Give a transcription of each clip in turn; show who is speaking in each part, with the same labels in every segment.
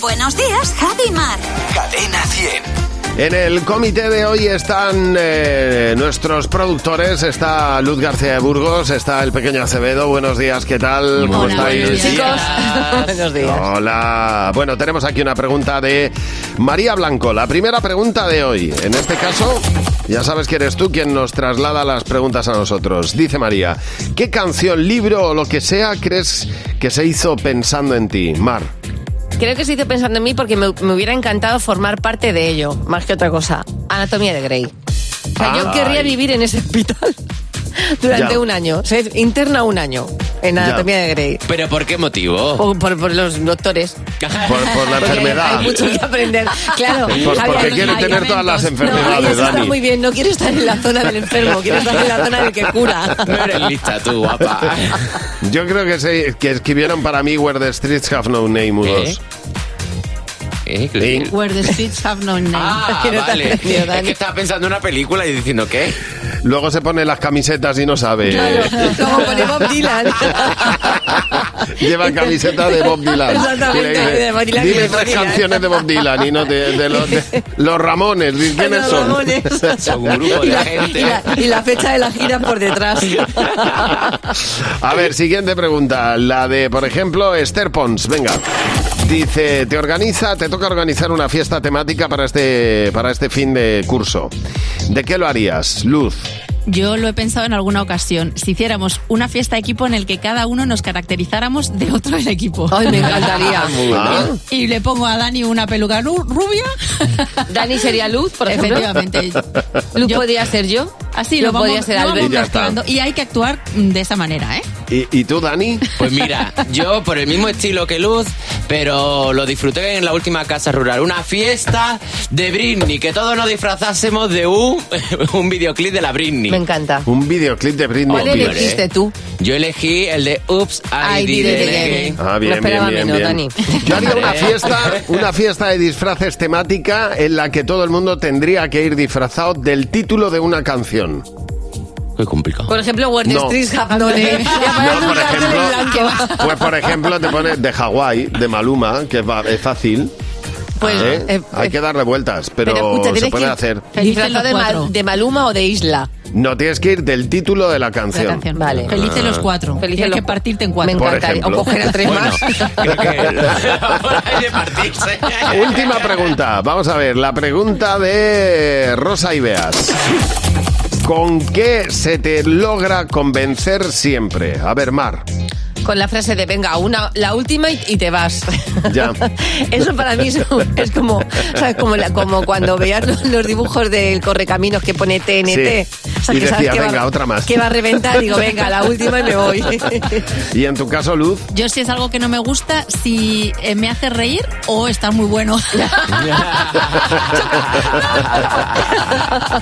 Speaker 1: Buenos días, Javi Mar.
Speaker 2: Cadena 100.
Speaker 3: En el comité de hoy están eh, nuestros productores, está Luz García de Burgos, está el pequeño Acevedo. Buenos días, ¿qué tal? ¿Cómo estáis?
Speaker 4: Buenos
Speaker 3: Hola. Bueno, tenemos aquí una pregunta de María Blanco. La primera pregunta de hoy. En este caso, ya sabes que eres tú quien nos traslada las preguntas a nosotros. Dice María, ¿qué canción, libro o lo que sea crees que se hizo pensando en ti, Mar?
Speaker 4: Creo que se hizo pensando en mí porque me, me hubiera encantado formar parte de ello, más que otra cosa. Anatomía de Grey. O sea, yo
Speaker 3: Ay.
Speaker 4: querría vivir en ese hospital durante
Speaker 5: Ya.
Speaker 4: un año. O sea, interna un año en Anatomía de Grey.
Speaker 5: ¿Pero por qué motivo?
Speaker 4: O por, por los doctores.
Speaker 3: Por, por la
Speaker 4: Porque
Speaker 3: enfermedad.
Speaker 4: Hay mucho que aprender. Claro.
Speaker 3: Pues
Speaker 4: Javier,
Speaker 3: porque
Speaker 4: no-
Speaker 3: quiere
Speaker 4: hay
Speaker 3: tener todas las
Speaker 4: momentos.
Speaker 3: enfermedades,
Speaker 4: No, eso está
Speaker 3: Dani.
Speaker 4: muy bien. No quiero estar en la zona del enfermo, quiero estar en la zona del que cura.
Speaker 5: No eres lista tú, guapa.
Speaker 3: Yo creo que, se, que escribieron para mí Where the Streets Have No Name 2. Sí.
Speaker 6: Where the streets have no name.
Speaker 5: Ah, vale. Es que estaba pensando en una película y diciendo ¿qué?
Speaker 3: Luego se pone las camisetas y no sabe.
Speaker 4: Como pone Bob Dylan.
Speaker 3: Lleva camiseta de Bob Dylan.
Speaker 4: Exactamente,
Speaker 3: Y le dice,
Speaker 4: de Bob Dylan y
Speaker 3: Dime
Speaker 4: de
Speaker 3: tres
Speaker 4: Bob Dylan".
Speaker 3: canciones de Bob Dylan y no de, de los, de- los Ramones. Dice, ¿Quiénes
Speaker 4: Los
Speaker 3: son?
Speaker 4: Ramones.
Speaker 5: Son un grupo
Speaker 4: Y
Speaker 5: de
Speaker 4: la- Y
Speaker 5: gente.
Speaker 4: la, y la fecha de la gira por detrás.
Speaker 3: A ver, siguiente pregunta. La de, por ejemplo, Esther Pons. Venga. Dice, te organiza, te toca organizar una fiesta temática para este, para este fin de curso. ¿De qué lo harías? Luz.
Speaker 6: Yo lo he pensado en alguna ocasión. Si hiciéramos una fiesta de equipo en el que cada uno nos caracterizáramos de otro del equipo.
Speaker 4: Ay, me encantaría.
Speaker 3: Ah.
Speaker 6: Y le pongo a Dani una peluca ru- rubia.
Speaker 4: Dani sería Luz, por ejemplo.
Speaker 6: Efectivamente.
Speaker 4: Luz
Speaker 6: Yo-
Speaker 4: podía ser yo.
Speaker 6: Así
Speaker 4: Luz
Speaker 6: lo vamos,
Speaker 4: podía ser
Speaker 6: lo
Speaker 4: Albert.
Speaker 6: vamos
Speaker 3: Y ya está.
Speaker 6: mezclando. Y hay que actuar mm, de esa manera, ¿eh?
Speaker 3: ¿Y, y tú, Dani?
Speaker 5: Pues mira, yo por el mismo estilo que Luz, pero lo disfruté en la última casa rural. Una fiesta de Britney, que todos nos disfrazásemos de un, un videoclip de la Britney.
Speaker 4: Me encanta.
Speaker 3: Un videoclip de Britney
Speaker 4: ¿Cuál
Speaker 3: Spears.
Speaker 4: elegiste tú?
Speaker 5: Yo elegí el de Oops, I,
Speaker 4: I
Speaker 5: Did
Speaker 4: Did It
Speaker 5: It
Speaker 4: Again.
Speaker 5: Again.
Speaker 3: Ah,
Speaker 4: No
Speaker 3: bien, bien,
Speaker 4: esperaba
Speaker 3: bien,
Speaker 4: menos,
Speaker 3: bien.
Speaker 4: Dani.
Speaker 3: Yo haría una fiesta, una fiesta de disfraces temática en la que todo el mundo tendría que ir disfrazado del título de una canción.
Speaker 5: Qué complicado.
Speaker 4: Por ejemplo, Word
Speaker 3: No.
Speaker 4: Streets Have No Name. Y aparece
Speaker 3: No, Pues,
Speaker 4: un
Speaker 3: por
Speaker 4: cartel en
Speaker 3: ejemplo,
Speaker 4: blanco.
Speaker 3: pues por ejemplo te pones de Hawái, de Maluma, que va- es fácil.
Speaker 4: Pues,
Speaker 3: ¿eh?
Speaker 4: eh,
Speaker 3: Hay que darle vueltas, pero,
Speaker 4: escucha,
Speaker 3: se
Speaker 4: tienes
Speaker 3: puede
Speaker 4: que ir
Speaker 3: hacer.
Speaker 4: disfrazado
Speaker 6: Dicen los
Speaker 4: de, Ma-
Speaker 6: cuatro.
Speaker 4: de Maluma o de Isla.
Speaker 3: No tienes que ir del título de la canción.
Speaker 6: La canción.
Speaker 4: Vale.
Speaker 6: Felices los cuatro.
Speaker 4: Felices
Speaker 6: Tienes
Speaker 4: los
Speaker 6: que
Speaker 4: cu-
Speaker 6: partirte en
Speaker 4: Me
Speaker 6: cuatro.
Speaker 3: Por
Speaker 4: encantaría. O
Speaker 3: ejemplo.
Speaker 4: coger a tres
Speaker 5: Bueno,
Speaker 4: más.
Speaker 5: creo que hay de partirse.
Speaker 3: Última pregunta. Vamos a ver, la pregunta de Rosa Ibeas. ¿Con qué se te logra convencer siempre? A ver, Mar.
Speaker 4: con la frase de venga, una, la última y, y te vas.
Speaker 3: Ya.
Speaker 4: Eso para mí es, es como, ¿sabes? Como, la- como cuando veías los, los dibujos del correcaminos que pone
Speaker 3: Sí.
Speaker 4: TNT. O sea,
Speaker 3: Y
Speaker 4: que sabes
Speaker 3: decía,
Speaker 4: que va-
Speaker 3: "Venga, otra más".
Speaker 4: Que va a reventar, digo, venga, la última y me voy.
Speaker 3: Y en tu caso, Luz.
Speaker 6: Yo si es algo que no me gusta, si eh, me hace reír o está muy bueno.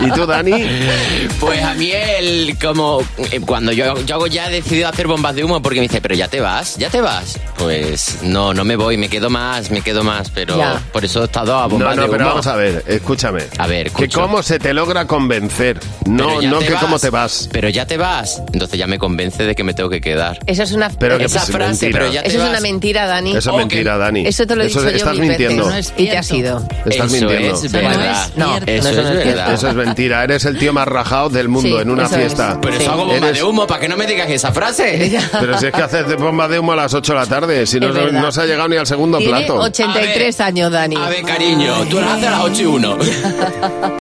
Speaker 3: ¿Y tú, Dani?
Speaker 5: Pues a mí el como eh, cuando yo, yo hago ya he decidido hacer bombas de humo porque me dice, pero ya te vas, ya te vas. Pues no, no me voy, me quedo más, me quedo más, pero
Speaker 4: Ya.
Speaker 5: por eso he estado a
Speaker 3: No,
Speaker 5: bombas
Speaker 3: no,
Speaker 5: de
Speaker 3: pero
Speaker 5: humo.
Speaker 3: vamos a ver, escúchame.
Speaker 5: A ver,
Speaker 3: que
Speaker 5: escucho.
Speaker 3: cómo se te logra convencer,
Speaker 5: Pero
Speaker 3: no,
Speaker 5: ya
Speaker 3: no
Speaker 5: te
Speaker 3: que cómo
Speaker 5: vas,
Speaker 3: te vas.
Speaker 5: Pero ya te vas. Entonces ya me convence de que me tengo que quedar.
Speaker 4: Eso es una,
Speaker 3: Pero que
Speaker 4: eso
Speaker 5: Esa
Speaker 3: es
Speaker 5: frase,
Speaker 3: mentira.
Speaker 5: pero ya te
Speaker 4: es una
Speaker 5: vas.
Speaker 4: mentira, Dani. Oh,
Speaker 3: Eso es
Speaker 5: Ok.
Speaker 3: mentira, Dani.
Speaker 4: Eso te lo he
Speaker 3: Eso
Speaker 4: dicho
Speaker 3: es-
Speaker 4: yo
Speaker 3: estás
Speaker 4: mil
Speaker 3: mintiendo.
Speaker 4: veces.
Speaker 6: No es
Speaker 4: y te has
Speaker 6: cierto.
Speaker 4: ido.
Speaker 3: Estás
Speaker 5: eso
Speaker 3: mintiendo.
Speaker 5: es
Speaker 6: no
Speaker 5: verdad.
Speaker 6: es No, cierto.
Speaker 5: eso,
Speaker 4: eso no
Speaker 5: es
Speaker 4: es cierto.
Speaker 5: verdad.
Speaker 3: Eso es mentira. Eres el tío más rajado del mundo
Speaker 4: Sí,
Speaker 3: en una
Speaker 4: eso es.
Speaker 3: fiesta.
Speaker 5: Pero
Speaker 4: Sí.
Speaker 5: eso hago bombas
Speaker 3: Eres-
Speaker 5: de humo para que no me digas esa frase.
Speaker 3: Pero si es que haces de bomba de humo a las 8 de la tarde, si no,
Speaker 4: Es verdad.
Speaker 3: no se ha llegado ni al segundo
Speaker 4: Tiene
Speaker 3: plato.
Speaker 4: 83
Speaker 5: A ver,
Speaker 4: años, Dani.
Speaker 5: A ver, cariño, tú las haces a las 8 y 1.